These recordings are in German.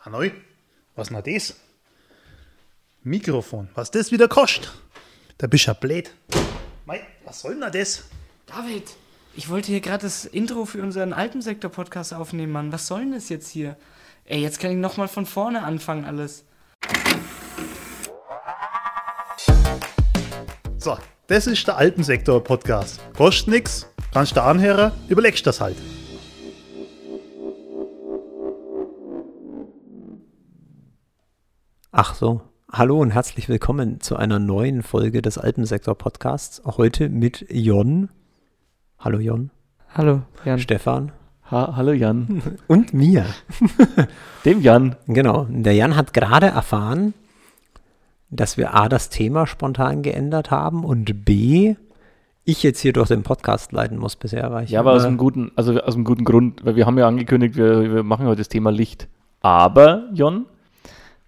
Hanoi, was na das? Mikrofon, was das wieder kostet? Da bist du ja blöd. Mei, was soll denn da das? David, ich wollte hier gerade das Intro für unseren Alpensektor-Podcast aufnehmen, Mann. Was soll denn das jetzt hier? Ey, jetzt kann ich nochmal von vorne anfangen alles. So, das ist der Alpensektor-Podcast. Kostet nix, kannst du anhören, überlegst das halt. Ach so. Hallo und herzlich willkommen zu einer neuen Folge des Alpensektor Podcasts. Heute mit Jon. Hallo Jon. Hallo, Jan. Stefan. Ha Hallo Jan. Und mir. Dem Jan. Genau. Der Jan hat gerade erfahren, dass wir A, das Thema spontan geändert haben und B, ich jetzt hier durch den Podcast leiten muss bisher, weil ich. Ja, aber aus einem guten, also aus einem guten Grund, weil wir haben ja angekündigt, wir, wir machen heute das Thema Licht. Aber, Jon,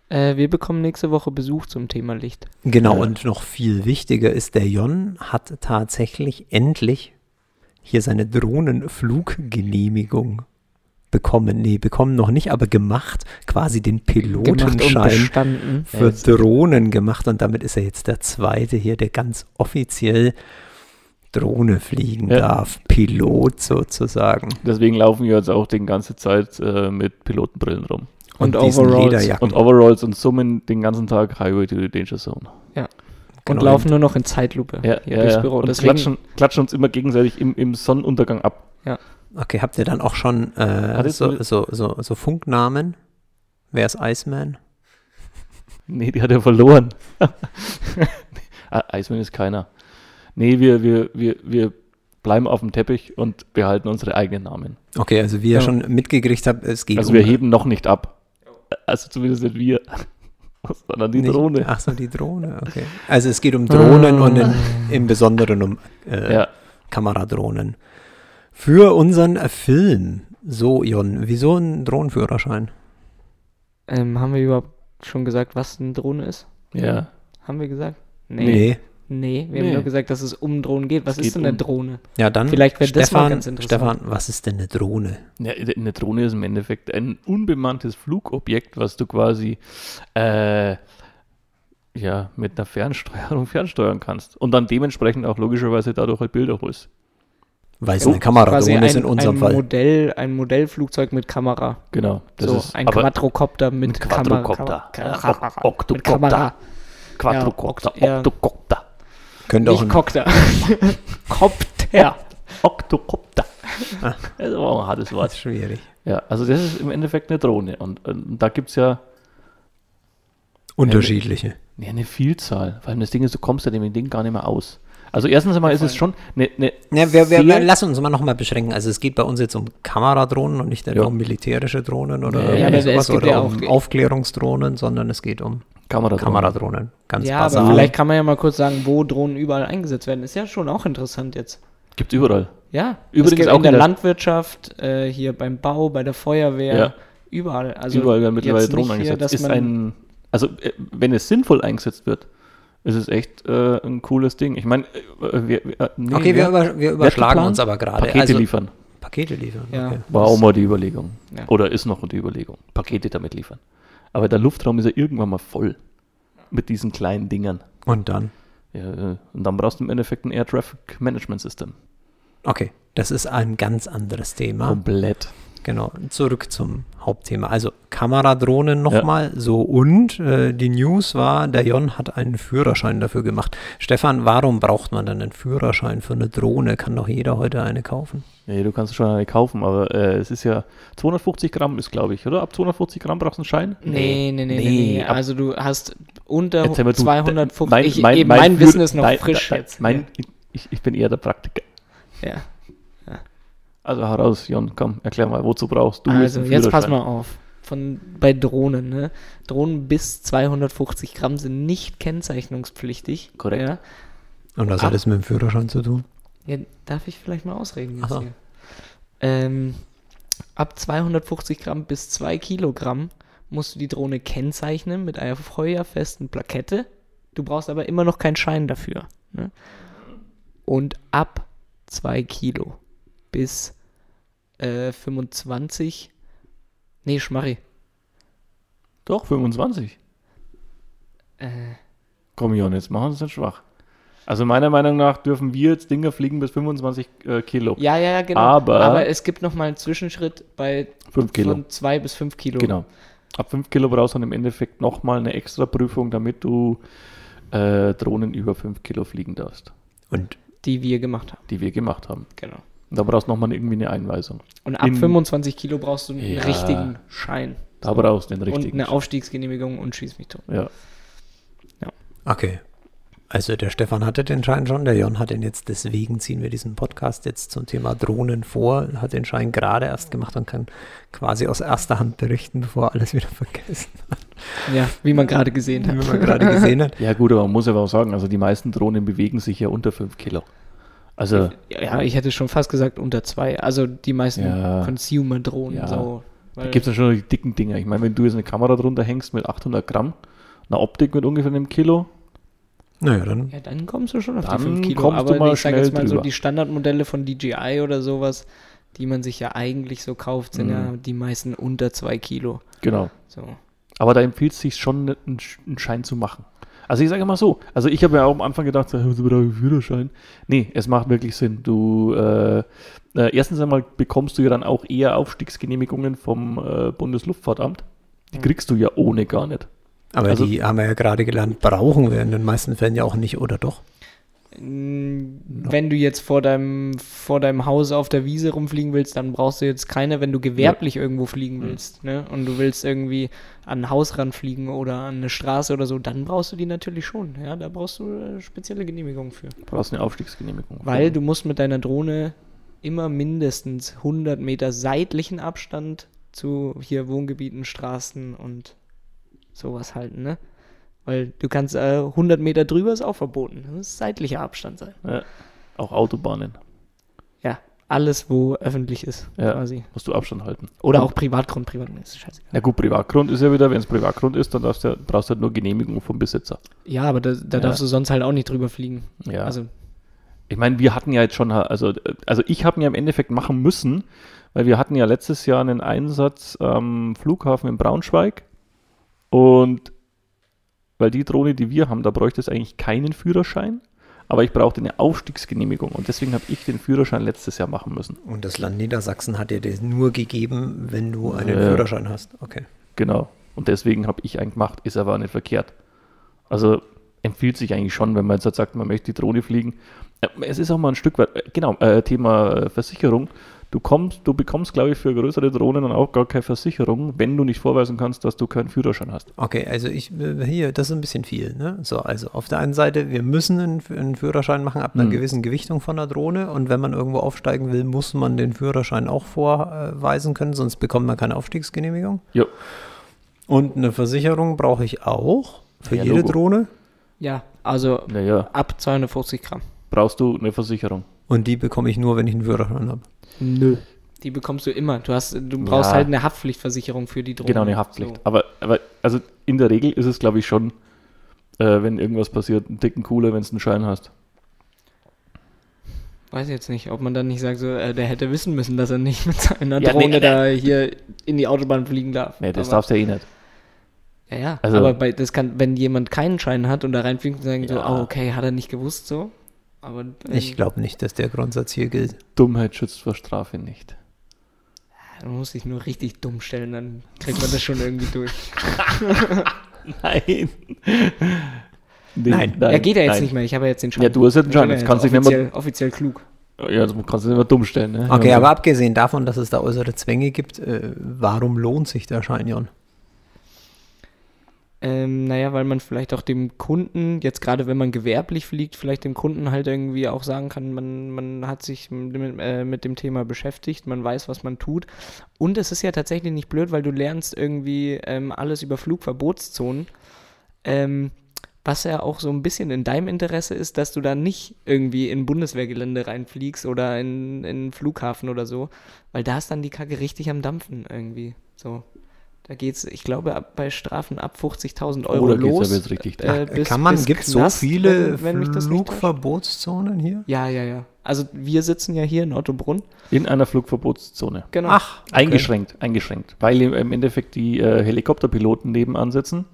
Äh, wir bekommen nächste Woche Besuch zum Thema Licht. Genau, und noch viel wichtiger ist, der Jon hat tatsächlich endlich hier seine Drohnenfluggenehmigung bekommen. Nee, bekommen noch nicht, aber gemacht, quasi den Pilotenschein bestanden. für Drohnen gemacht und damit ist er jetzt der zweite hier, der ganz offiziell Drohne fliegen Ja. darf. Pilot sozusagen. deswegen laufen wir jetzt auch die ganze Zeit äh, mit Pilotenbrillen rum. Und diesen Overalls. Lederjacken. Und Overalls und summen den ganzen Tag Highway to the Danger Zone. Und genau. laufen nur noch in Zeitlupe. Ja, hier ja, durchs ja. Büro. Und Deswegen- klatschen, klatschen uns immer gegenseitig im, im Sonnenuntergang ab. Okay, habt ihr dann auch schon äh, es so, mit- so, so, so Funknamen? Wer ist Iceman? Nee, die hat er verloren. Ah, Eismann ist keiner. Nee, wir, wir, wir, wir bleiben auf dem Teppich und behalten unsere eigenen Namen. Okay, also wie ihr Ja. schon mitgekriegt habt, es geht Also um wir heben noch nicht ab. Also zumindest nicht wir. Sondern die Nicht- Drohne. Ach so, die Drohne, okay. Also es geht Ah. um Drohnen und in, im Besonderen um äh, Ja. Kameradrohnen. Für unseren Film, so Jon, wieso ein Drohnenführerschein? Ähm, haben wir überhaupt schon gesagt, was eine Drohne ist? ja. Haben wir gesagt? Nee. Nee, wir haben Nee. nur gesagt, dass es um Drohnen geht. Was Es ist geht denn eine um- Drohne? Ja, dann Vielleicht wär das mal Stefan, ganz interessant. Stefan, was ist denn eine Drohne? Ja, Eine Drohne ist im Endeffekt ein unbemanntes Flugobjekt, was du quasi äh, ja, mit einer Fernsteuerung fernsteuern kannst. Und dann dementsprechend auch logischerweise dadurch halt Bilder holst. Weil es Oh, Ja, eine Kameradrohne ist Genau. ein, in unserem ein Fall. Modell, ein Modellflugzeug mit Kamera. Genau. Das so, ist ein aber Quadrocopter mit Ein Kamera. Quadrocopter. Kamera- Ja, Kamera- Oct- mit Kamera. Quadrocopter, Ja. Octocopter, Könnte auch Nicht ein, Copter. Copter. Octocopter. Das war auch Also, ein hartes Wort. schwierig. Ja, also das ist im Endeffekt eine Drohne. Und, und da gibt es ja Unterschiedliche. nee, eine Vielzahl. Vor allem das Ding ist, du kommst ja dem Ding gar nicht mehr aus. Also erstens einmal ist es schon eine, eine Ja, Ne, wir, wir, wir, sehr- lass uns mal nochmal beschränken. Also es geht bei uns jetzt um Kameradrohnen und nicht Ja. um militärische Drohnen oder, Ja, irgendwie aber es sowas gibt oder ja um auch- Aufklärungsdrohnen, sondern es geht um Kameradrohne. Kameradrohnen. Ganz Ja, basal. aber vielleicht kann man ja mal kurz sagen, wo Drohnen überall eingesetzt werden. Ist ja schon auch interessant jetzt. Gibt überall. Ja, Übrigens es gibt auch in der in der- Landwirtschaft, äh, hier beim Bau, bei der Feuerwehr, Ja. überall. Also überall werden mittlerweile jetzt Drohnen nicht hier, eingesetzt. dass ist man- ein, also äh, wenn es sinnvoll eingesetzt wird, ist es echt äh, ein cooles Ding. Ich meine, äh, wir, wir, äh, nee, Okay, wir, wer- über, wir wer hat überschlagen geplant? uns aber gerade. Pakete also, liefern. Pakete liefern. Ja. Okay. War auch mal die Überlegung. Ja. Oder ist noch die Überlegung. Pakete damit liefern. Aber der Luftraum ist ja irgendwann mal voll mit diesen kleinen Dingern. Und dann. Ja, äh, und dann brauchst du im Endeffekt ein Air Traffic Management System. Okay, das ist ein ganz anderes Ah. Thema. Komplett. Genau, zurück zum Hauptthema. Also Kameradrohnen Ja. nochmal so und äh, die News war, der Jon hat einen Führerschein dafür gemacht. Stefan, warum braucht man dann einen Führerschein für eine Drohne? Kann doch jeder heute eine kaufen. Nee, du kannst schon eine kaufen, aber äh, es ist ja 250 Gramm ist, glaube ich, oder? Ab 250 Gramm brauchst du einen Schein? Nee, nee, nee, nee. Nee, nee, ab- Also du hast unter Erzähl mal du, 250. mein- ich, mein- eben, mein mein, Führ- Wissen ist noch dein- frisch dein- jetzt. Mein, ich, ich bin eher der Praktiker. ja. Also heraus, Jon, komm, erklär mal, wozu brauchst du also einen jetzt pass Führerschein? mal auf. Von, bei Drohnen, ne? Drohnen bis 250 Gramm sind nicht kennzeichnungspflichtig. Korrekt. Ja? Und was hat es mit dem Führerschein zu tun? Ja, darf ich vielleicht mal ausreden jetzt Ach so. hier? Ähm, ab 250 Gramm bis 2 Kilogramm musst du die Drohne kennzeichnen mit einer feuerfesten Plakette. Du brauchst aber immer noch keinen Schein dafür. Ne? Und ab 2 Kilo bis äh, 25, nee, Schmarri, Doch, 25. Äh, Komm, Jon, jetzt machen wir uns nicht schwach. Also meiner Meinung nach dürfen wir jetzt Dinger fliegen bis 25 äh, Kilo. ja, ja, ja, genau. Aber- Aber es gibt nochmal einen Zwischenschritt bei 5 Kilo. von 2 bis 5 Kilo. Genau. Ab 5 Kilo brauchst du dann im Endeffekt nochmal eine extra Prüfung, damit du äh, Drohnen über 5 Kilo fliegen darfst, Und Die wir gemacht haben. die wir gemacht haben. Genau. Da brauchst du nochmal irgendwie eine Einweisung. Und ab In- 25 Kilo brauchst du einen Ja. richtigen Schein. Da brauchst du den Und richtigen. eine Aufstiegsgenehmigung und schieß mich tot. ja. okay. Also der Stefan hatte den Schein schon, der Jon hat den jetzt, deswegen ziehen wir diesen Podcast jetzt zum Thema Drohnen vor, hat den Schein gerade erst gemacht und kann quasi aus erster Hand berichten, bevor er alles wieder vergessen hat, Ja, wie man gerade gesehen wie hat. man gerade gesehen hat. ja, gut, aber man muss aber auch sagen, also die meisten Drohnen bewegen sich ja unter 5 Kilo. Also, Ja, ich hätte schon fast gesagt unter zwei. Also die meisten Ja. Consumer-Drohnen. Ja. So, da Weil- gibt es dann schon noch die dicken Dinger. Ich meine, wenn du jetzt eine Kamera drunter hängst mit 800 Gramm, eine Optik mit ungefähr einem Kilo, Naja, dann ja, dann kommst du schon auf Dann die 5 Kilo. kommst du Aber mal ich sage jetzt schnell mal so, drüber. die Standardmodelle von DJI oder sowas, die man sich ja eigentlich so kauft, sind Mhm. ja die meisten unter 2 Kilo. genau. So. Aber da empfiehlt es sich schon, einen Sch- einen Schein zu machen. Also ich sage mal so, also ich habe ja auch am Anfang gedacht, so, wozu brauche ich einen Führerschein? Nee, es macht wirklich Sinn. Du, äh, äh, erstens einmal bekommst du ja dann auch eher Aufstiegsgenehmigungen vom äh, Bundesluftfahrtamt. Mhm. Die kriegst du ja ohne gar nicht. Aber Also- die haben wir ja gerade gelernt, brauchen wir in den meisten Fällen ja auch nicht, oder doch? Mm, Wenn du jetzt vor deinem, vor deinem Haus auf der Wiese rumfliegen willst, dann brauchst du jetzt keine, wenn du gewerblich irgendwo fliegen willst. Ne? Und du willst irgendwie an ein Haus ranfliegen oder an eine Straße oder so, dann brauchst du die natürlich schon. Ja, da brauchst du äh, spezielle Genehmigungen für. Du brauchst eine Aufstiegsgenehmigung. Weil du musst mit deiner Drohne immer mindestens 100 Meter seitlichen Abstand zu hier Wohngebieten, Straßen und sowas halten, ne? Weil du kannst äh, 100 Meter drüber ist auch verboten. Das muss seitlicher Abstand sein. Ja, auch Autobahnen. Ja, alles, wo öffentlich ist, Ja. quasi. Musst du Abstand halten. Oder auch Privatgrund, Privatgrund ist scheißegal. Na gut, Privatgrund ist ja wieder, wenn es Privatgrund ist, dann darfst du, brauchst du halt nur Genehmigung vom Besitzer. Ja, aber da, da Ja. darfst du sonst halt auch nicht drüber fliegen. Ja. Also, Ich meine, wir hatten ja jetzt schon, also, also ich habe ihn ja im Endeffekt machen müssen, weil wir hatten ja letztes Jahr einen Einsatz am Flughafen in Braunschweig und weil die Drohne, die wir haben, da bräuchte es eigentlich keinen Führerschein, aber ich brauchte eine Aufstiegsgenehmigung und deswegen habe ich den Führerschein letztes Jahr machen müssen. Und das Land Niedersachsen hat dir das nur gegeben, wenn du einen Ja. Führerschein hast. Okay. Genau. Und deswegen habe ich einen gemacht, ist aber auch nicht verkehrt. Also empfiehlt sich eigentlich schon, wenn man jetzt halt sagt, man möchte die Drohne fliegen. Äh, Es ist auch mal ein Stück weit, äh, genau, äh, Thema äh, Versicherung. Du kommst, du bekommst, glaube ich, für größere Drohnen dann auch gar keine Versicherung, wenn du nicht vorweisen kannst, dass du keinen Führerschein hast. Okay, also ich, äh, hier, das ist ein bisschen viel. Ne? So, also auf der einen Seite, wir müssen einen, F- einen Führerschein machen ab einer Hm. gewissen Gewichtung von der Drohne. Und wenn man irgendwo aufsteigen will, muss man den Führerschein auch vorweisen können, sonst bekommt man keine Aufstiegsgenehmigung. Jo. Und eine Versicherung brauche ich auch für Ja, jede Logo. Drohne. ja, also Naja, ab 250 Gramm. brauchst du eine Versicherung. Und die bekomme ich nur, wenn ich einen Führerschein habe. Nö. Die bekommst du immer. Du, hast, du brauchst Ja. halt eine Haftpflichtversicherung für die Drohne. Genau, eine Haftpflicht. Aber, aber also in der Regel ist es, glaube ich, schon, äh, wenn irgendwas passiert, einen dicken Cooler, wenn du einen Schein hast. So. Weiß jetzt nicht, ob man dann nicht sagt, so, äh, der hätte wissen müssen, dass er nicht mit seiner Ja, nee, Drohne nee. da hier in die Autobahn fliegen darf. Nee, das aber, darfst du ja eh nicht. Ja, ja. also- aber bei, das kann, wenn jemand keinen Schein hat und da reinfliegt und sagen so, Ja. ah, okay, hat er nicht gewusst, so. Aber wenn- Ich glaube nicht, dass der Grundsatz hier gilt. Dummheit schützt vor Strafe nicht. Man muss sich nur richtig dumm stellen, dann kriegt man das schon irgendwie durch. Nein. Nein. ja, geht ja jetzt nicht mehr. Ich habe ja jetzt den Schein. Ja, du hast jetzt einen Ich bin Schein, ja jetzt kannst du dich nicht offiziell, mehr- offiziell klug. mehr. Ja, das kannst du nicht mehr dumm stellen. Ne? Okay, ja, aber abgesehen davon, dass es da äußere Zwänge gibt, äh, warum lohnt sich der Schein, Jon? Ähm, naja, weil man vielleicht auch dem Kunden, jetzt gerade wenn man gewerblich fliegt, vielleicht dem Kunden halt irgendwie auch sagen kann, man, man hat sich mit, äh, mit dem Thema beschäftigt, man weiß, was man tut. Und es ist ja tatsächlich nicht blöd, weil du lernst irgendwie ähm, alles über Flugverbotszonen. Ähm, was ja auch so ein bisschen in deinem Interesse ist, dass du da nicht irgendwie in Bundeswehrgelände reinfliegst oder in, in einen Flughafen oder so, weil da ist dann die Kacke richtig am Dampfen irgendwie. So. Da geht's, ich glaube, ab, bei Strafen ab 50.000 Euro Oh, da geht's los. aber jetzt richtig äh, bis, Kann man, bis gibt es so Knast, viele wenn, wenn mich das nicht täuscht. Flugverbotszonen hier? Ja, ja, ja. Also wir sitzen ja hier in Ottobrunn. In einer Flugverbotszone. Genau. Ach, okay. Eingeschränkt, eingeschränkt. Weil im- im Endeffekt die äh, Helikopterpiloten nebenan sitzen.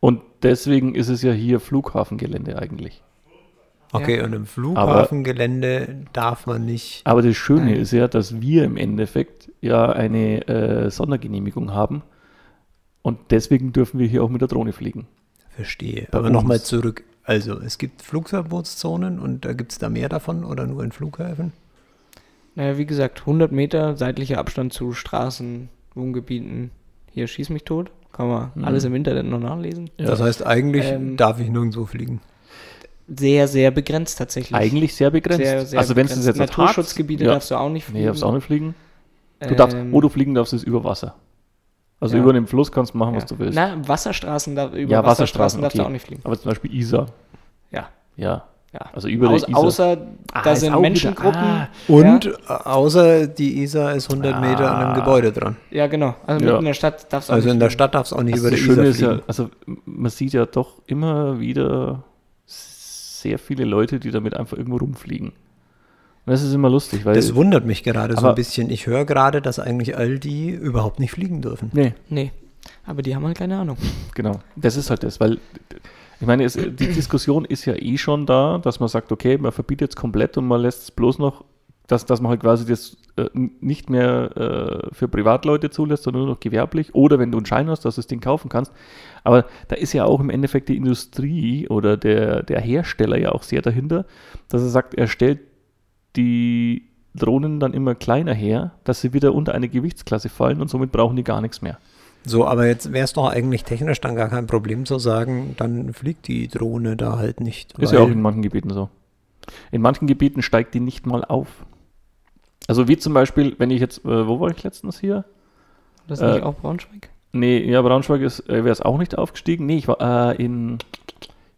Und deswegen ist es ja hier Flughafengelände eigentlich. Okay, und im Flughafengelände darf man nicht. Aber das Schöne Nein. ist ja, dass wir im Endeffekt ja eine äh, Sondergenehmigung haben. Und deswegen dürfen wir hier auch mit der Drohne fliegen. Verstehe. Bei Aber nochmal uns. zurück. Also, es gibt Flugverbotszonen und da gibt es da mehr davon oder nur in Flughäfen? Naja, wie gesagt, 100 Meter seitlicher Abstand zu Straßen, Wohngebieten. Hier schieß mich tot. Kann man alles im Internet noch nachlesen. Ja. Das heißt, eigentlich Ähm, darf ich nirgendwo fliegen. Sehr, sehr begrenzt tatsächlich. Eigentlich sehr begrenzt. Sehr, sehr also wenn es begrenzt. jetzt als Harz- Naturschutzgebiete ja. darfst du auch nicht fliegen. Nee, darfst auch nicht fliegen. Du darfst, Ähm, wo du fliegen darfst, ist über Wasser. Also Ja. über den Fluss kannst du machen, was ja. du willst. Na, Wasserstraßen, darf, über Ja, Wasserstraßen, Wasserstraßen, darfst du okay. auch nicht fliegen. Aber zum Beispiel Isar. Ja. Ja. ja. Also über Aus, der Isar. außer Ah, da ist auch sind wieder- Menschengruppen. ah. Und Ja, äh, außer die Isar ist 100 Meter an einem Ah. Gebäude dran. ja genau. Also Ja. mitten in der Stadt darfst du auch Also nicht in der fliegen. Stadt darf es auch nicht Also über die das Isar Schöne ist fliegen. ja, also m- man sieht ja doch immer wieder sehr viele Leute, die damit einfach irgendwo rumfliegen. Und das ist immer lustig, weil. das wundert mich gerade so Aber- ein bisschen. Ich höre gerade, dass eigentlich all die überhaupt nicht fliegen dürfen. nee, Nee, aber die haben halt keine Ahnung. genau. Das ist halt das, weil. Ich meine, es, die Diskussion ist ja eh schon da, dass man sagt, okay, man verbietet es komplett und man lässt es bloß noch, dass, dass man halt quasi das äh, n- nicht mehr äh, für Privatleute zulässt, sondern nur noch gewerblich. Oder wenn du einen Schein hast, dass du das Ding kaufen kannst. Aber da ist ja auch im Endeffekt die Industrie oder der, der Hersteller ja auch sehr dahinter, dass er sagt, er stellt die Drohnen dann immer kleiner her, dass sie wieder unter eine Gewichtsklasse fallen und somit brauchen die gar nichts mehr. So, aber jetzt wäre es doch eigentlich technisch dann gar kein Problem zu sagen, dann fliegt die Drohne da halt nicht. Ist ja auch in manchen Gebieten so. In manchen Gebieten steigt die nicht mal auf. Also wie zum Beispiel, wenn ich jetzt, äh, wo war ich letztens hier? Das ist Äh, nicht auch Braunschweig? Nee, ja, Braunschweig ist, äh, wäre es auch nicht aufgestiegen. Nee, ich war äh, in,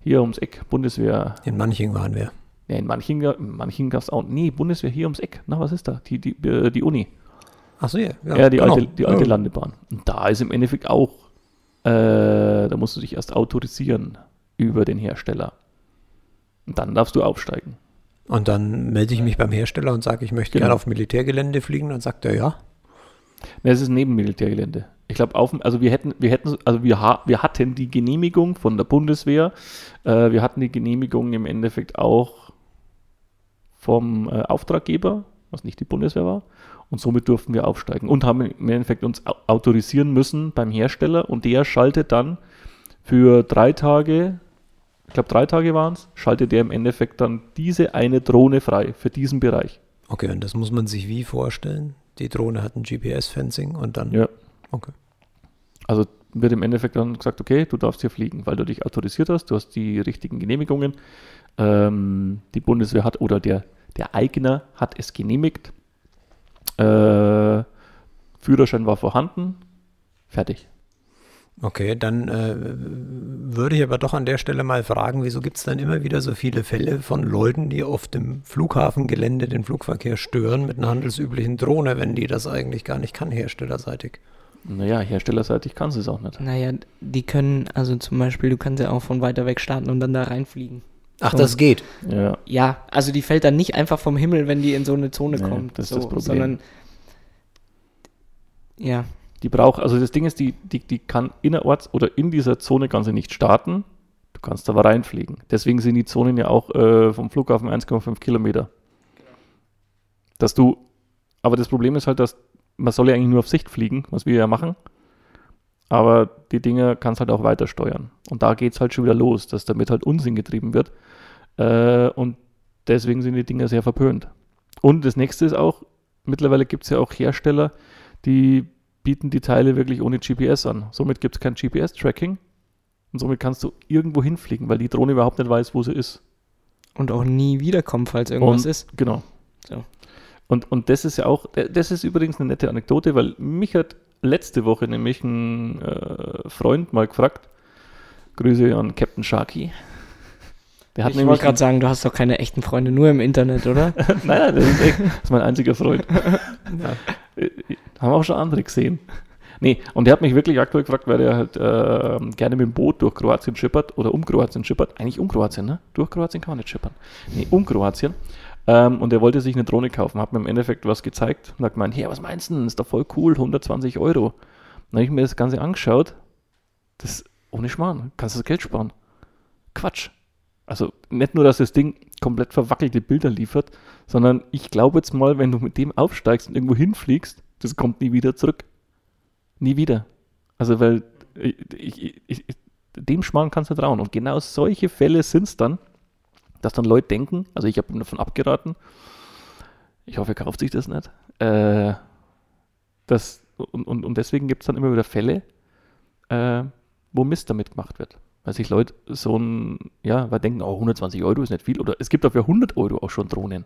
hier ums Eck, Bundeswehr. in Manching waren wir. Nee, in manchen, ga- in manchen gab es auch, nee, Bundeswehr hier ums Eck. Na, was ist da? Die, die, äh, die Uni. Achso, ja. Ja, die genau. alte, die alte ja. Landebahn. Und da ist im Endeffekt auch, äh, da musst du dich erst autorisieren über den Hersteller. Und dann darfst du aufsteigen. Und dann melde ich mich beim Hersteller und sage, ich möchte Genau. gerne auf Militärgelände fliegen. Dann sagt er ja. Ne, es ist neben Militärgelände. Ich glaube, auf, dem- also wir hätten, wir hätten, also wir, ha, wir hatten die Genehmigung von der Bundeswehr. Äh, wir hatten die Genehmigung im Endeffekt auch vom äh, Auftraggeber, was nicht die Bundeswehr war. Und somit durften wir aufsteigen und haben im Endeffekt uns au- autorisieren müssen beim Hersteller und der schaltet dann für drei Tage, ich glaube drei Tage waren es, schaltet der im Endeffekt dann diese eine Drohne frei für diesen Bereich. Okay, und das muss man sich wie vorstellen? Die Drohne hat ein GPS-Fencing und dann. Ja. Okay. Also wird im Endeffekt dann gesagt, okay, du darfst hier fliegen, weil du dich autorisiert hast, du hast die richtigen Genehmigungen. Ähm, die Bundeswehr hat oder der, der Eigner hat es genehmigt. Äh, Führerschein war vorhanden. Fertig. Okay, dann äh, würde ich aber doch an der Stelle mal fragen, wieso gibt es dann immer wieder so viele Fälle von Leuten, die auf dem Flughafengelände den Flugverkehr stören mit einer handelsüblichen Drohne, wenn die das eigentlich gar nicht kann, herstellerseitig? Naja, herstellerseitig kann sie es auch nicht. Naja, die können, also zum Beispiel, du kannst ja auch von weiter weg starten und dann da reinfliegen. Ach, So. das geht. Ja. Ja, also die fällt dann nicht einfach vom Himmel, wenn die in so eine Zone Nee, kommt. das ist so, das Problem. Sondern, ja, Die braucht, also das Ding ist, die, die, die kann innerorts oder in dieser Zone kann sie nicht starten. Du kannst aber reinfliegen. Deswegen sind die Zonen ja auch äh, vom Flughafen 1,5 Kilometer. Dass du, aber das Problem ist halt, dass man soll ja eigentlich nur auf Sicht fliegen, was wir ja machen. Aber die Dinge kannst halt auch weiter steuern. Und da geht es halt schon wieder los, dass damit halt Unsinn getrieben wird. Äh, und deswegen sind die Dinge sehr verpönt. Und das nächste ist auch, mittlerweile gibt es ja auch Hersteller, die bieten die Teile wirklich ohne GPS an. Somit gibt es kein GPS-Tracking und somit kannst du irgendwo hinfliegen, weil die Drohne überhaupt nicht weiß, wo sie ist. und auch nie wiederkommen, falls irgendwas Und- ist. Genau. So. Und, und das ist ja auch, das ist übrigens eine nette Anekdote, weil mich hat letzte Woche nämlich ein äh, Freund mal gefragt, Grüße an Captain Sharky. Der hat Ich nämlich wollte gerade sagen, du hast doch keine echten Freunde, nur im Internet, oder? Nein, nein, das ist, echt, das ist mein einziger Freund. Äh, Haben auch schon andere gesehen. Nee, und er hat mich wirklich aktuell gefragt, weil er halt äh, gerne mit dem Boot durch Kroatien schippert oder um Kroatien schippert. Eigentlich um Kroatien, ne? Durch Kroatien kann man nicht schippern. Nee, um Kroatien. Ähm, und er wollte sich eine Drohne kaufen, hat mir im Endeffekt was gezeigt und hat gemeint, hey, was meinst du denn? Ist doch voll cool, 120 Euro. Dann habe ich mir das Ganze angeschaut. Das ohne Schmarrn, kannst du das Geld sparen. Quatsch. Also nicht nur, dass das Ding komplett verwackelte Bilder liefert, sondern ich glaube jetzt mal, wenn du mit dem aufsteigst und irgendwo hinfliegst, das kommt nie wieder zurück. Nie wieder. Also weil ich, ich, ich, dem Schmarrn kannst du trauen. Und genau solche Fälle sind es dann, dass dann Leute denken, also ich habe ihm davon abgeraten, ich hoffe, er kauft sich das nicht. Äh, das, und, und, und deswegen gibt es dann immer wieder Fälle, äh, wo Mist damit gemacht wird. Weil sich Leute so ein, ja, weil denken, oh, 120 Euro ist nicht viel. Oder es gibt dafür 100 Euro auch schon Drohnen.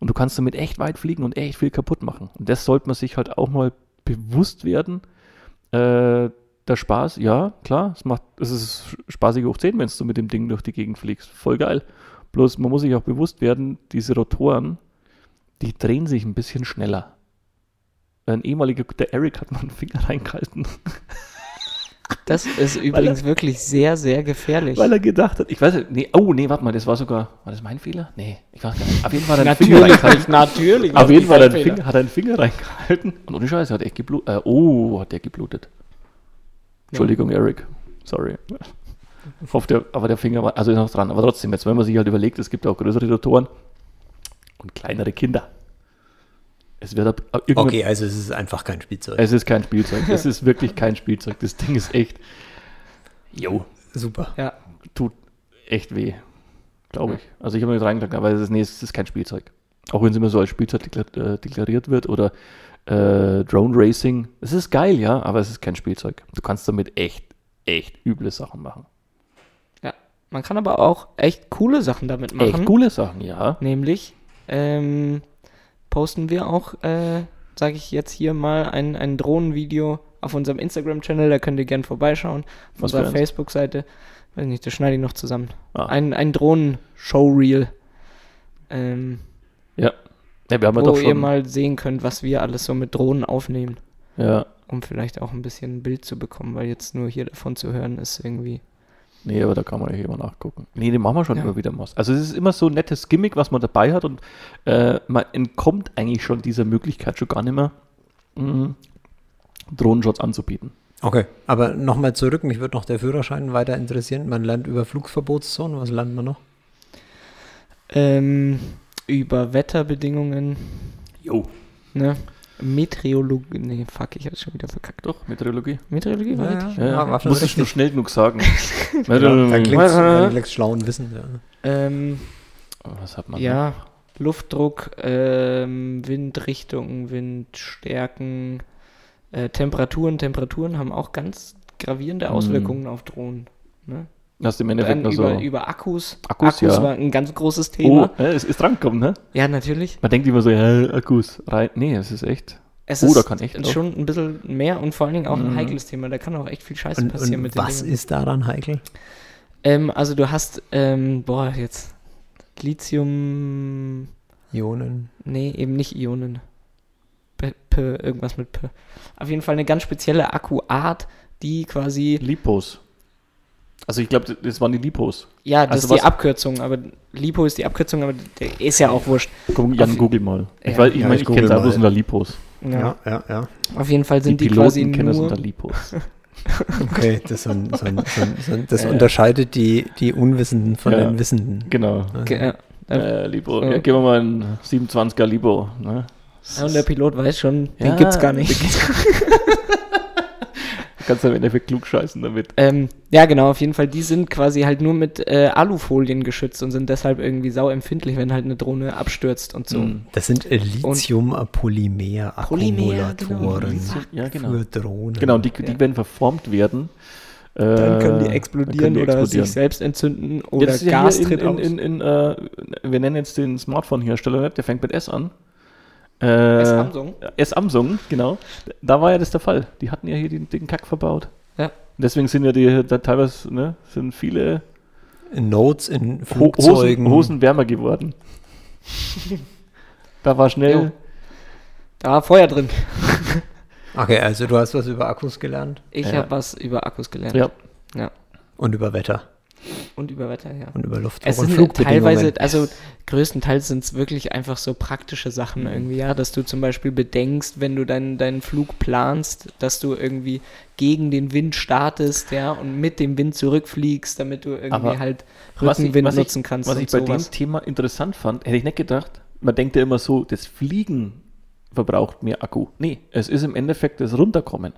Und du kannst damit echt weit fliegen und echt viel kaputt machen. Und das sollte man sich halt auch mal bewusst werden. Äh, der Spaß, ja, klar, es macht, es ist spaßig hoch 10, wenn du mit dem Ding durch die Gegend fliegst. Voll geil. Bloß man muss sich auch bewusst werden, diese Rotoren, die drehen sich ein bisschen schneller. Ein ehemaliger, der Eric hat mal einen Finger reingehalten. Das ist übrigens er- wirklich sehr, sehr gefährlich. Weil er gedacht hat, ich weiß nicht, nee, oh nee, warte mal, das war sogar, war das mein Fehler? Nee, ich weiß gar nicht. Auf jeden Fall hat er einen Finger Natürlich, reingehalten. natürlich. Auf jeden Fall hat er einen Fehler. Finger, hat er einen Finger reingehalten. Und ohne Scheiß, hat echt geblutet. Äh, oh, hat der geblutet. Entschuldigung, Eric. Sorry. Hofft der, aber der Finger war, also ist noch dran. Aber trotzdem, jetzt, wenn man sich halt überlegt, es gibt ja auch größere Rotoren und kleinere Kinder. Es wird ab, ab irgendwann- Okay, also es ist einfach kein Spielzeug. Es ist kein Spielzeug. Es ist wirklich kein Spielzeug. Das Ding ist echt. Jo, Super. Ja, tut echt weh. Glaube ich. Also ich habe mir nicht reingeklagt, aber es ist, nee, es ist kein Spielzeug. Auch wenn es immer so als Spielzeug dekla- äh, deklariert wird oder äh, Drone Racing. Es ist geil, ja, aber es ist kein Spielzeug. Du kannst damit echt, echt üble Sachen machen. ja. Man kann aber auch echt coole Sachen damit machen. Echt coole Sachen, ja. Nämlich ähm, posten wir auch, äh, sage ich jetzt hier mal, ein, ein Drohnenvideo auf unserem Instagram-Channel, da könnt ihr gern vorbeischauen. Auf Was unserer für eins? Facebook-Seite. Weiß nicht, das schneide ich noch zusammen. Ah. Ein, ein Drohnen-Showreel. Ähm, Ja. ja wir haben ja wo doch ihr schon. mal sehen könnt, was wir alles so mit Drohnen aufnehmen, ja. um vielleicht auch ein bisschen ein Bild zu bekommen, weil jetzt nur hier davon zu hören ist irgendwie. Nee, aber da kann man ja immer nachgucken. Nee, den machen wir schon Ja. immer wieder mal. Also es ist immer so ein nettes Gimmick, was man dabei hat und äh, man entkommt eigentlich schon dieser Möglichkeit schon gar nicht mehr, mhm. Drohnenshots anzubieten. Okay, aber nochmal zurück, mich würde noch der Führerschein weiter interessieren. Man lernt über Flugverbotszonen, was lernt man noch? Ähm, über Wetterbedingungen, Jo. ne? Meteorologie. Nee, fuck, ich hab's schon wieder verkackt. Doch, Meteorologie. Meteorologie war richtig. Ja, war schon muss ich nur richtig. schnell genug sagen. Genau, dann klingt's, dann was klingt's schlauen Wissen. Ja. Ähm, hat man? ja, Luftdruck, ähm, Windrichtungen, Windstärken, äh, Temperaturen. Temperaturen haben auch ganz gravierende Hm. Auswirkungen auf Drohnen. Ne? Hast du im Endeffekt Dann nur so. über, über Akkus. Akkus, ja. war ein ganz großes oh, Thema. äh, es ist drangekommen, ne? Ja, natürlich. Man denkt immer so, ja, Akkus rein. Nee, es ist echt. Es Oh, da ist kann echt Mhm. laufen. schon ein bisschen mehr und vor allen Dingen auch ein heikles Thema. Da kann auch echt viel Scheiße Und, passieren mit und den was Dingen. ist daran heikel? Ähm, also du hast, ähm, boah, jetzt Lithium, Ionen. Nee, eben nicht Ionen. P, P, irgendwas mit P. Auf jeden Fall eine ganz spezielle Akkuart, die quasi. Lipos. Also ich glaube, das waren die Lipos. Ja, das Also ist die was- Abkürzung, aber Lipo ist die Abkürzung, aber der ist ja auch wurscht. Komm, Auf- Jan, google mal. Ich, Ja. weiß, ich, Ja, mein, ich ich google kenne es auch bloß mal. unter Lipos. Ja. ja, ja. Auf jeden Fall sind die, Piloten quasi kennen das unter nur. Lipos. Okay, das, so ein, so ein, so ein, so ein, das unterscheidet die, die Unwissenden von Ja. den Wissenden. genau. Ge- ja. Äh, Lipo. Ja. Ja, geben wir mal einen 27er Lipo. Ne? Ja, und der Pilot weiß schon, den Ja, gibt's gar nicht. Du kannst du im Endeffekt klug scheißen damit. Ähm, ja, genau, auf jeden Fall. Die sind quasi halt nur mit äh, Alufolien geschützt und sind deshalb irgendwie sauempfindlich, wenn halt eine Drohne abstürzt und so. Mhm. Das sind Polymer, genau, Lithium-Polymer-Akkumulatoren Lithium, ja, genau. für Drohnen. Genau, und die, die Ja. werden verformt werden. Dann Äh, können die dann explodieren die oder explodieren. sich selbst entzünden oder jetzt ist ja Gas hier tritt in, aus. in, in, in, äh, Wir nennen jetzt den Smartphone-Hersteller nicht, der fängt mit S an. Äh, S Samsung? S Samsung, genau. Da war ja das der Fall. Die hatten ja hier den, den Kack verbaut. Ja. Deswegen sind ja die da teilweise, ne, sind viele Notes in Ho- Flugzeugen. Hosen, Hosen wärmer geworden. da war schnell. äh, Da war Feuer drin. Okay, also du hast was über Akkus gelernt Ich Ja. habe was über Akkus gelernt. Ja. ja. und über Wetter Und über Wetter, ja. und über Luft Es und sind teilweise, Flugbedingungen. also größtenteils sind es wirklich einfach so praktische Sachen Mhm. irgendwie, ja, dass du zum Beispiel bedenkst, wenn du deinen, deinen Flug planst, dass du irgendwie gegen den Wind startest, ja, und mit dem Wind zurückfliegst, damit du irgendwie Aber halt Was ich- Rückenwind was ich- nutzen kannst Was und ich bei sowas. dem Thema interessant fand, hätte ich nicht gedacht, man denkt ja immer so, das Fliegen verbraucht mehr Akku. Nee, es ist im Endeffekt das Runterkommen.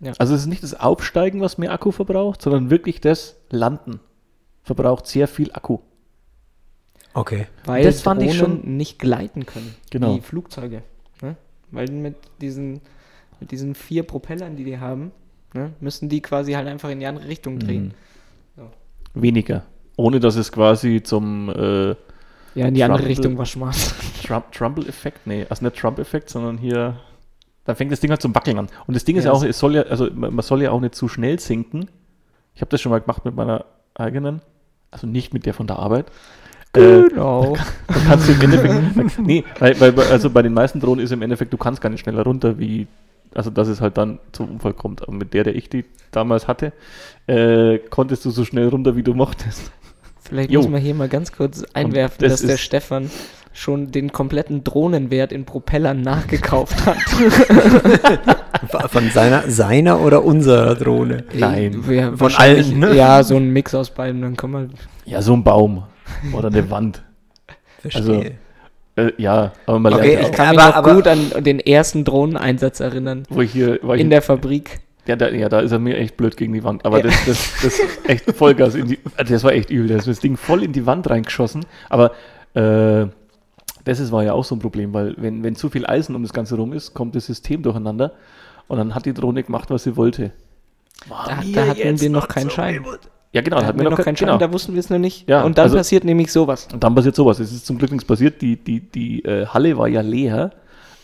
Ja. Also es ist nicht das Aufsteigen, was mehr Akku verbraucht, sondern wirklich das Landen verbraucht sehr viel Akku. Okay. Weil das fand ich Drohnen nicht gleiten können, Genau. wie Flugzeuge. Ne? Weil mit diesen, mit diesen vier Propellern, die die haben, ne, müssen die quasi halt einfach in die andere Richtung drehen. Mhm. Weniger. Ohne dass es quasi zum äh, Ja, in die andere Trump- Richtung war smart. Trump, Trumble-Effekt, nee, also nicht Trump-Effekt, sondern hier, dann fängt das Ding halt zum Wackeln an. Und das Ding ist Ja, ja auch, das- es soll ja, also man man soll ja auch nicht zu schnell sinken. Ich habe das schon mal gemacht mit meiner eigenen, also nicht mit der von der Arbeit. Äh, Genau. dann kannst du im Endeffekt, nee, weil, weil also bei den meisten Drohnen ist im Endeffekt, du kannst gar nicht schneller runter, wie, also dass es halt dann zum Unfall kommt. Aber mit der, der ich die damals hatte, äh, konntest du so schnell runter, wie du mochtest. Vielleicht Jo. muss man hier mal ganz kurz einwerfen, das dass der ist- Stefan schon den kompletten Drohnenwert in Propellern nachgekauft hat. Von seiner, seiner oder unserer Drohne? Nein. Ja, Von wahrscheinlich- allen, ne? Ja, so ein Mix aus beiden, dann kann man. Ja, so ein Baum oder eine Wand. Also, Verstehe. Äh, ja, aber man Okay, lernt ja Ich auch. kann Aber- mich noch aber- gut an den ersten Drohneneinsatz erinnern. Wo ich hier, war ich In der Fabrik. Ja da, ja, da ist er mir echt blöd gegen die Wand. Aber Ja. das, das, das ist echt Vollgas in die. Also das war echt übel. Da ist das Ding voll in die Wand reingeschossen. Aber äh, das ist, war ja auch so ein Problem, weil wenn, wenn zu viel Eisen um das Ganze rum ist, kommt das System durcheinander. Und dann hat die Drohne gemacht, was sie wollte. Da, da hatten wir noch keinen Schein. Ja, genau, Da hatten wir noch keinen Schein, genau. da wussten wir es noch nicht. Ja, Und dann also- passiert nämlich sowas. Und dann passiert sowas. Es ist zum Glück nichts passiert. Die, die, die äh, Halle war ja leer,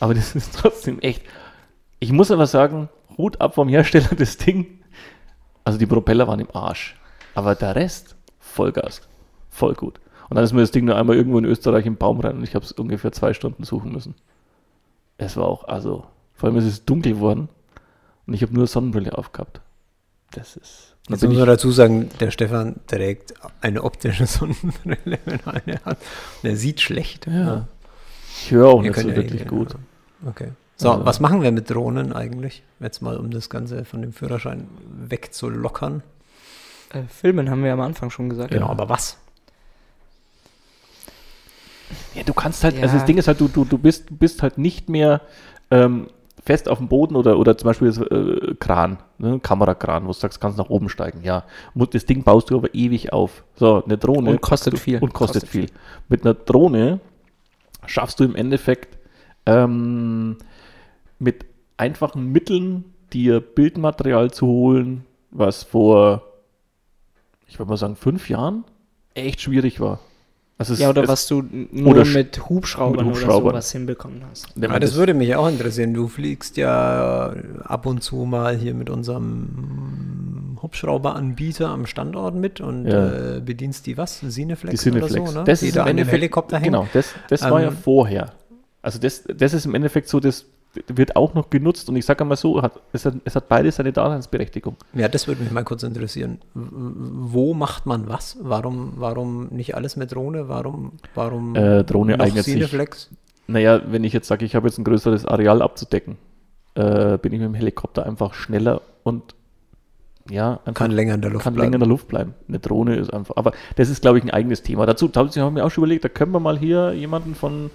aber das ist trotzdem echt. Ich muss aber sagen, Hut ab vom Hersteller des Ding. Also die Propeller waren im Arsch. Aber der Rest, Vollgas. Voll gut. Und dann ist mir das Ding nur einmal irgendwo in Österreich im Baum rein und ich habe es ungefähr zwei Stunden suchen müssen. Es war auch, also, vor allem ist es dunkel geworden und ich habe nur Sonnenbrille aufgehabt. Das ist. Jetzt bin muss ich- man dazu sagen, der Stefan trägt eine optische Sonnenbrille, wenn er eine hat. Der sieht schlecht. ja. Ich höre auch Ihr nicht so könnt ja wirklich eh- gut. Okay. So, Also- was machen wir mit Drohnen eigentlich? Jetzt mal, um das Ganze von dem Führerschein wegzulockern. Äh, Filmen haben wir am Anfang schon gesagt. Genau. ne? aber was? Ja, du kannst halt, Ja. also das Ding ist halt, du, du, du bist, du bist halt nicht mehr ähm, fest auf dem Boden oder, oder zum Beispiel das, äh, Kran, ne? Kamerakran, wo du sagst, kannst nach oben steigen, ja. Mu- Das Ding baust du aber ewig auf. So, eine Drohne. Und kostet viel. Und kostet, viel. Mit einer Drohne schaffst du im Endeffekt ähm, mit einfachen Mitteln dir Bildmaterial zu holen, was vor, ich würde mal sagen, fünf Jahren echt schwierig war. Also es- Ja, oder es- was du n- nur oder sch- mit Hubschraubern, mit Hubschraubern. oder sowas hinbekommen hast. wenn man das, würde mich auch interessieren. Du fliegst ja äh, ab und zu mal hier mit unserem Hubschrauberanbieter am Standort mit und Ja. äh, bedienst die was? Cineflex, die Cineflex. oder so, ne? Das die ist da im an dem Endeffekt- Helikopter hängen. Genau, das, das war ja Ähm, vorher. Also das, das ist im Endeffekt so, das wird auch noch genutzt und ich sage mal so, hat, es, hat, es hat beides seine Daseinsberechtigung. Ja, das würde mich mal kurz interessieren. W- Wo macht man was? Warum, warum nicht alles mit Drohne? Warum, warum Äh, Drohne eignet sich. Cineflex? Naja, wenn ich jetzt sage, ich habe jetzt ein größeres Areal abzudecken, äh, bin ich mit dem Helikopter einfach schneller und ja, einfach Kann länger in der Luft kann länger bleiben. in der Luft bleiben. Eine Drohne ist einfach. Aber das ist, glaube ich, ein eigenes Thema. Dazu habe ich mir auch schon überlegt, da können wir mal hier jemanden von,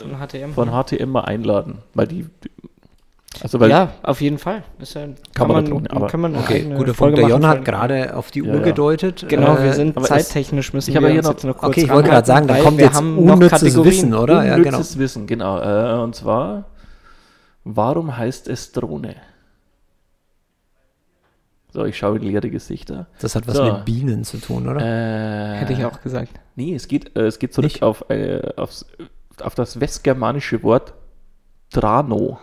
Von HTM. von HTM mal einladen. Weil die. die- Also weil ja, auf jeden Fall. Ist ja, kann, man, Kameradrohne, aber- kann man eine Okay, eigene guter Folge Punkt. Der machen. Jon hat gerade auf die Ja, Uhr ja. gedeutet. Genau, wir Äh, sind aber es- zeittechnisch müssen ich habe wir hier uns noch- jetzt noch kurz Okay, ich wollte gerade sagen, ranhalten, da weil kommt wir jetzt haben noch unnützes Kategorien. Wissen, oder? Ja, genau. Unnützes Wissen, genau. Äh, und zwar, warum heißt es Drohne? So, ich schaue in leere Gesichter. Das hat was Genau. So. mit Bienen zu tun, oder? Äh, Hätte ich auch gesagt. Nee, es geht, äh, es geht zurück Nicht? auf, äh, aufs, auf das westgermanische Wort Drano.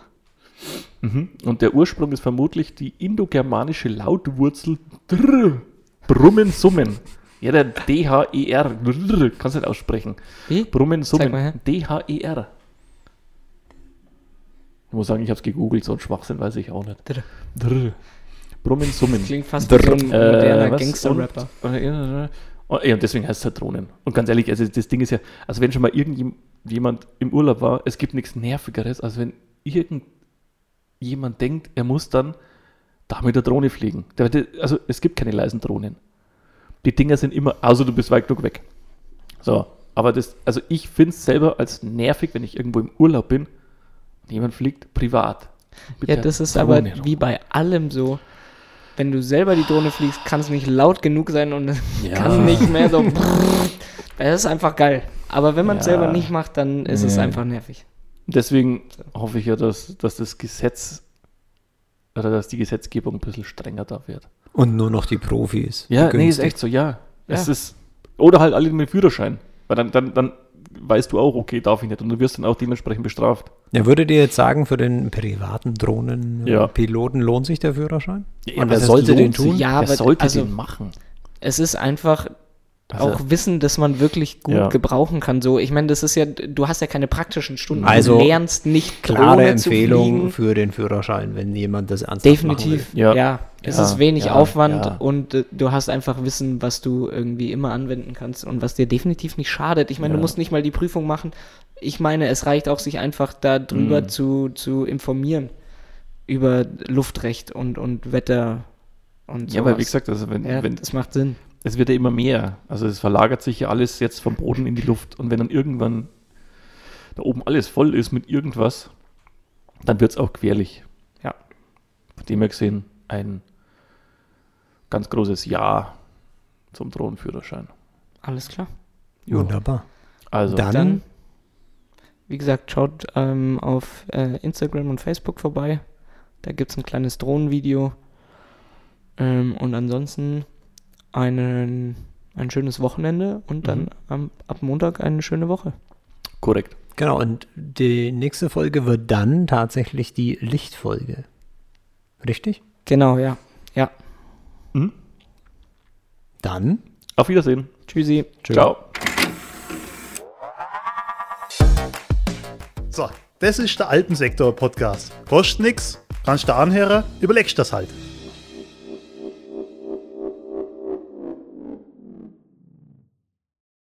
Mhm. Und der Ursprung ist vermutlich die indogermanische Lautwurzel Dr. Brummen, Summen. Ja, der D-H-E-R. Drr, Kannst du nicht aussprechen. Wie? Brummen, Zeig Summen. mal her. D-H-E-R. E Ich muss sagen, ich habe es gegoogelt, so ein Schwachsinn weiß ich auch nicht. Drr. Drr. Brummen, Summen. Äh, Das klingt fast wie so ein moderner was? Gangster-Rapper. Und, äh, ja, ja, und deswegen heißt es halt Drohnen. Und ganz ehrlich, also das Ding ist ja, also wenn schon mal irgendjemand im Urlaub war, es gibt nichts Nervigeres, als wenn irgendjemand denkt, er muss dann da mit der Drohne fliegen. Der- der- Also es gibt keine leisen Drohnen. Die Dinger sind immer, also du bist weit genug weg. So, aber das, also ich finde es selber als nervig, wenn ich irgendwo im Urlaub bin und jemand fliegt privat. Mit Ja, der das ist aber Drohne rum. wie bei allem so. Wenn du selber die Drohne fliegst, kann es nicht laut genug sein und es Ja. kann nicht mehr so. Es ist einfach geil. Aber wenn man es Ja. selber nicht macht, dann ist es Nee. einfach nervig. Deswegen hoffe ich ja, dass, dass das Gesetz oder dass die Gesetzgebung ein bisschen strenger da wird. Und nur noch die Profis. Ja, nee, ist begünstigt. echt so, ja. Es ist, oder halt alle mit Führerschein. Weil dann, dann, dann weißt du auch, okay, darf ich nicht. Und du wirst dann auch dementsprechend bestraft. Ja, würdet ihr jetzt sagen, für den privaten Ja. Drohnenpiloten lohnt sich der Führerschein? Ja, Und was wer heißt, sollte den lohnt sich? tun? Ja, Wer aber sollte also- den machen? Es ist einfach Also- auch Wissen, das man wirklich gut Ja. gebrauchen kann. So, ich meine, das ist ja, du hast ja keine praktischen Stunden. Also, du lernst nicht Klare Drohne zu Empfehlung fliegen. für den Führerschein, wenn jemand das ernsthaft Definitiv, Machen ja. Ja. Es Ja, ist wenig ja, Aufwand ja. und äh, du hast einfach Wissen, was du irgendwie immer anwenden kannst und was dir definitiv nicht schadet. Ich meine, du Ja. musst nicht mal die Prüfung machen. Ich meine, es reicht auch, sich einfach darüber Mhm. zu, zu informieren über Luftrecht und, und Wetter und so. Ja, aber wie gesagt, also wenn, ja, wenn, das macht Sinn. es wird ja immer mehr. Also es verlagert sich ja alles jetzt vom Boden in die Luft. Und wenn dann irgendwann da oben alles voll ist mit irgendwas, dann wird es auch querlich. Ja. Von dem her gesehen ein ganz großes Ja zum Drohnenführerschein. Alles klar. will. Wunderbar. Also Dann, Dann, wie gesagt, schaut ähm, auf äh, Instagram und Facebook vorbei. Da gibt es ein kleines Drohnenvideo. Ähm, und ansonsten einen, ein schönes Wochenende und dann Mhm. am, ab Montag eine schöne Woche. korrekt. genau, und die nächste Folge wird dann tatsächlich die Lichtfolge. Richtig? Genau, ja. Ja. Mhm. Dann Auf Wiedersehen. Tschüssi. Ciao. So, das ist der Alpensektor-Podcast. Kostet nix, kannst du anhören, überlegst das halt.